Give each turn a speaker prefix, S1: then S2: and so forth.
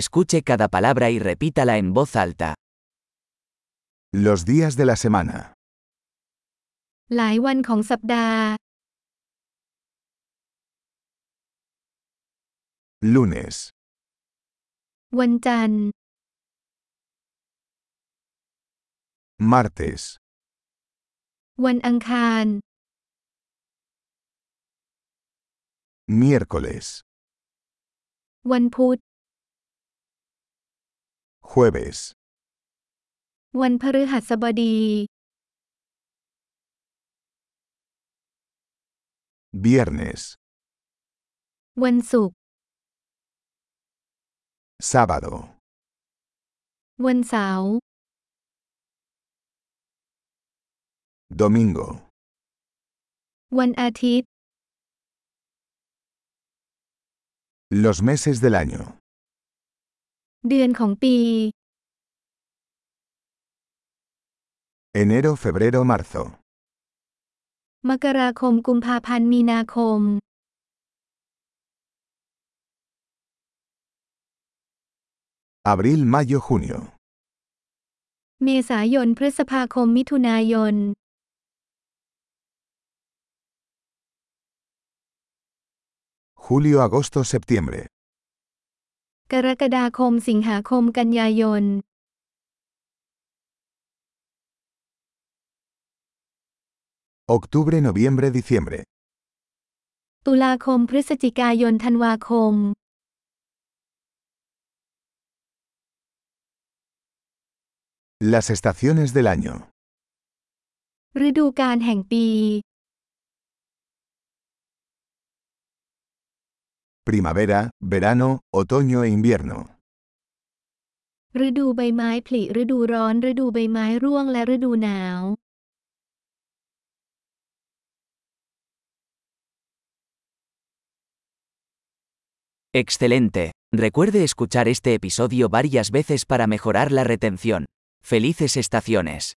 S1: Escuche cada palabra y repítala en voz alta.
S2: Los días de la semana.
S3: หลายวันของสัปดาห์
S2: Lunes,
S3: วันจันทร์
S2: martes,
S3: วันอังคาร
S2: miércoles,
S3: วันพุธ
S2: jueves,
S3: วันพฤหัสบดี
S2: viernes,
S3: วันศุกร์
S2: sábado,
S3: วันเสาร์
S2: domingo,
S3: วันอาทิตย์
S2: los meses del año.
S3: เดือนของปี
S2: Enero, febrero, marzo.
S3: มกราคมกุมภาพันธ์มีนาคม
S2: Abril, mayo, junio.
S3: เมษายนพฤษภาคมมิถุนายน
S2: Julio, agosto, septiembre.
S3: กรกฎาคมสิงหาคมกันยายน
S2: Octubre, noviembre, diciembre.
S3: ตุลาคมพฤศจิกายนธันวาคม
S2: Las estaciones del año.
S3: ฤดูกาลแห่งปี
S2: Primavera, verano, otoño e invierno.
S3: ฤดูใบไม้ผลิฤดูร้อน ฤดูใบไม้ร่วงและฤดูหนาว
S1: Excelente. Recuerde escuchar este episodio varias veces para mejorar la retención. Felices estaciones.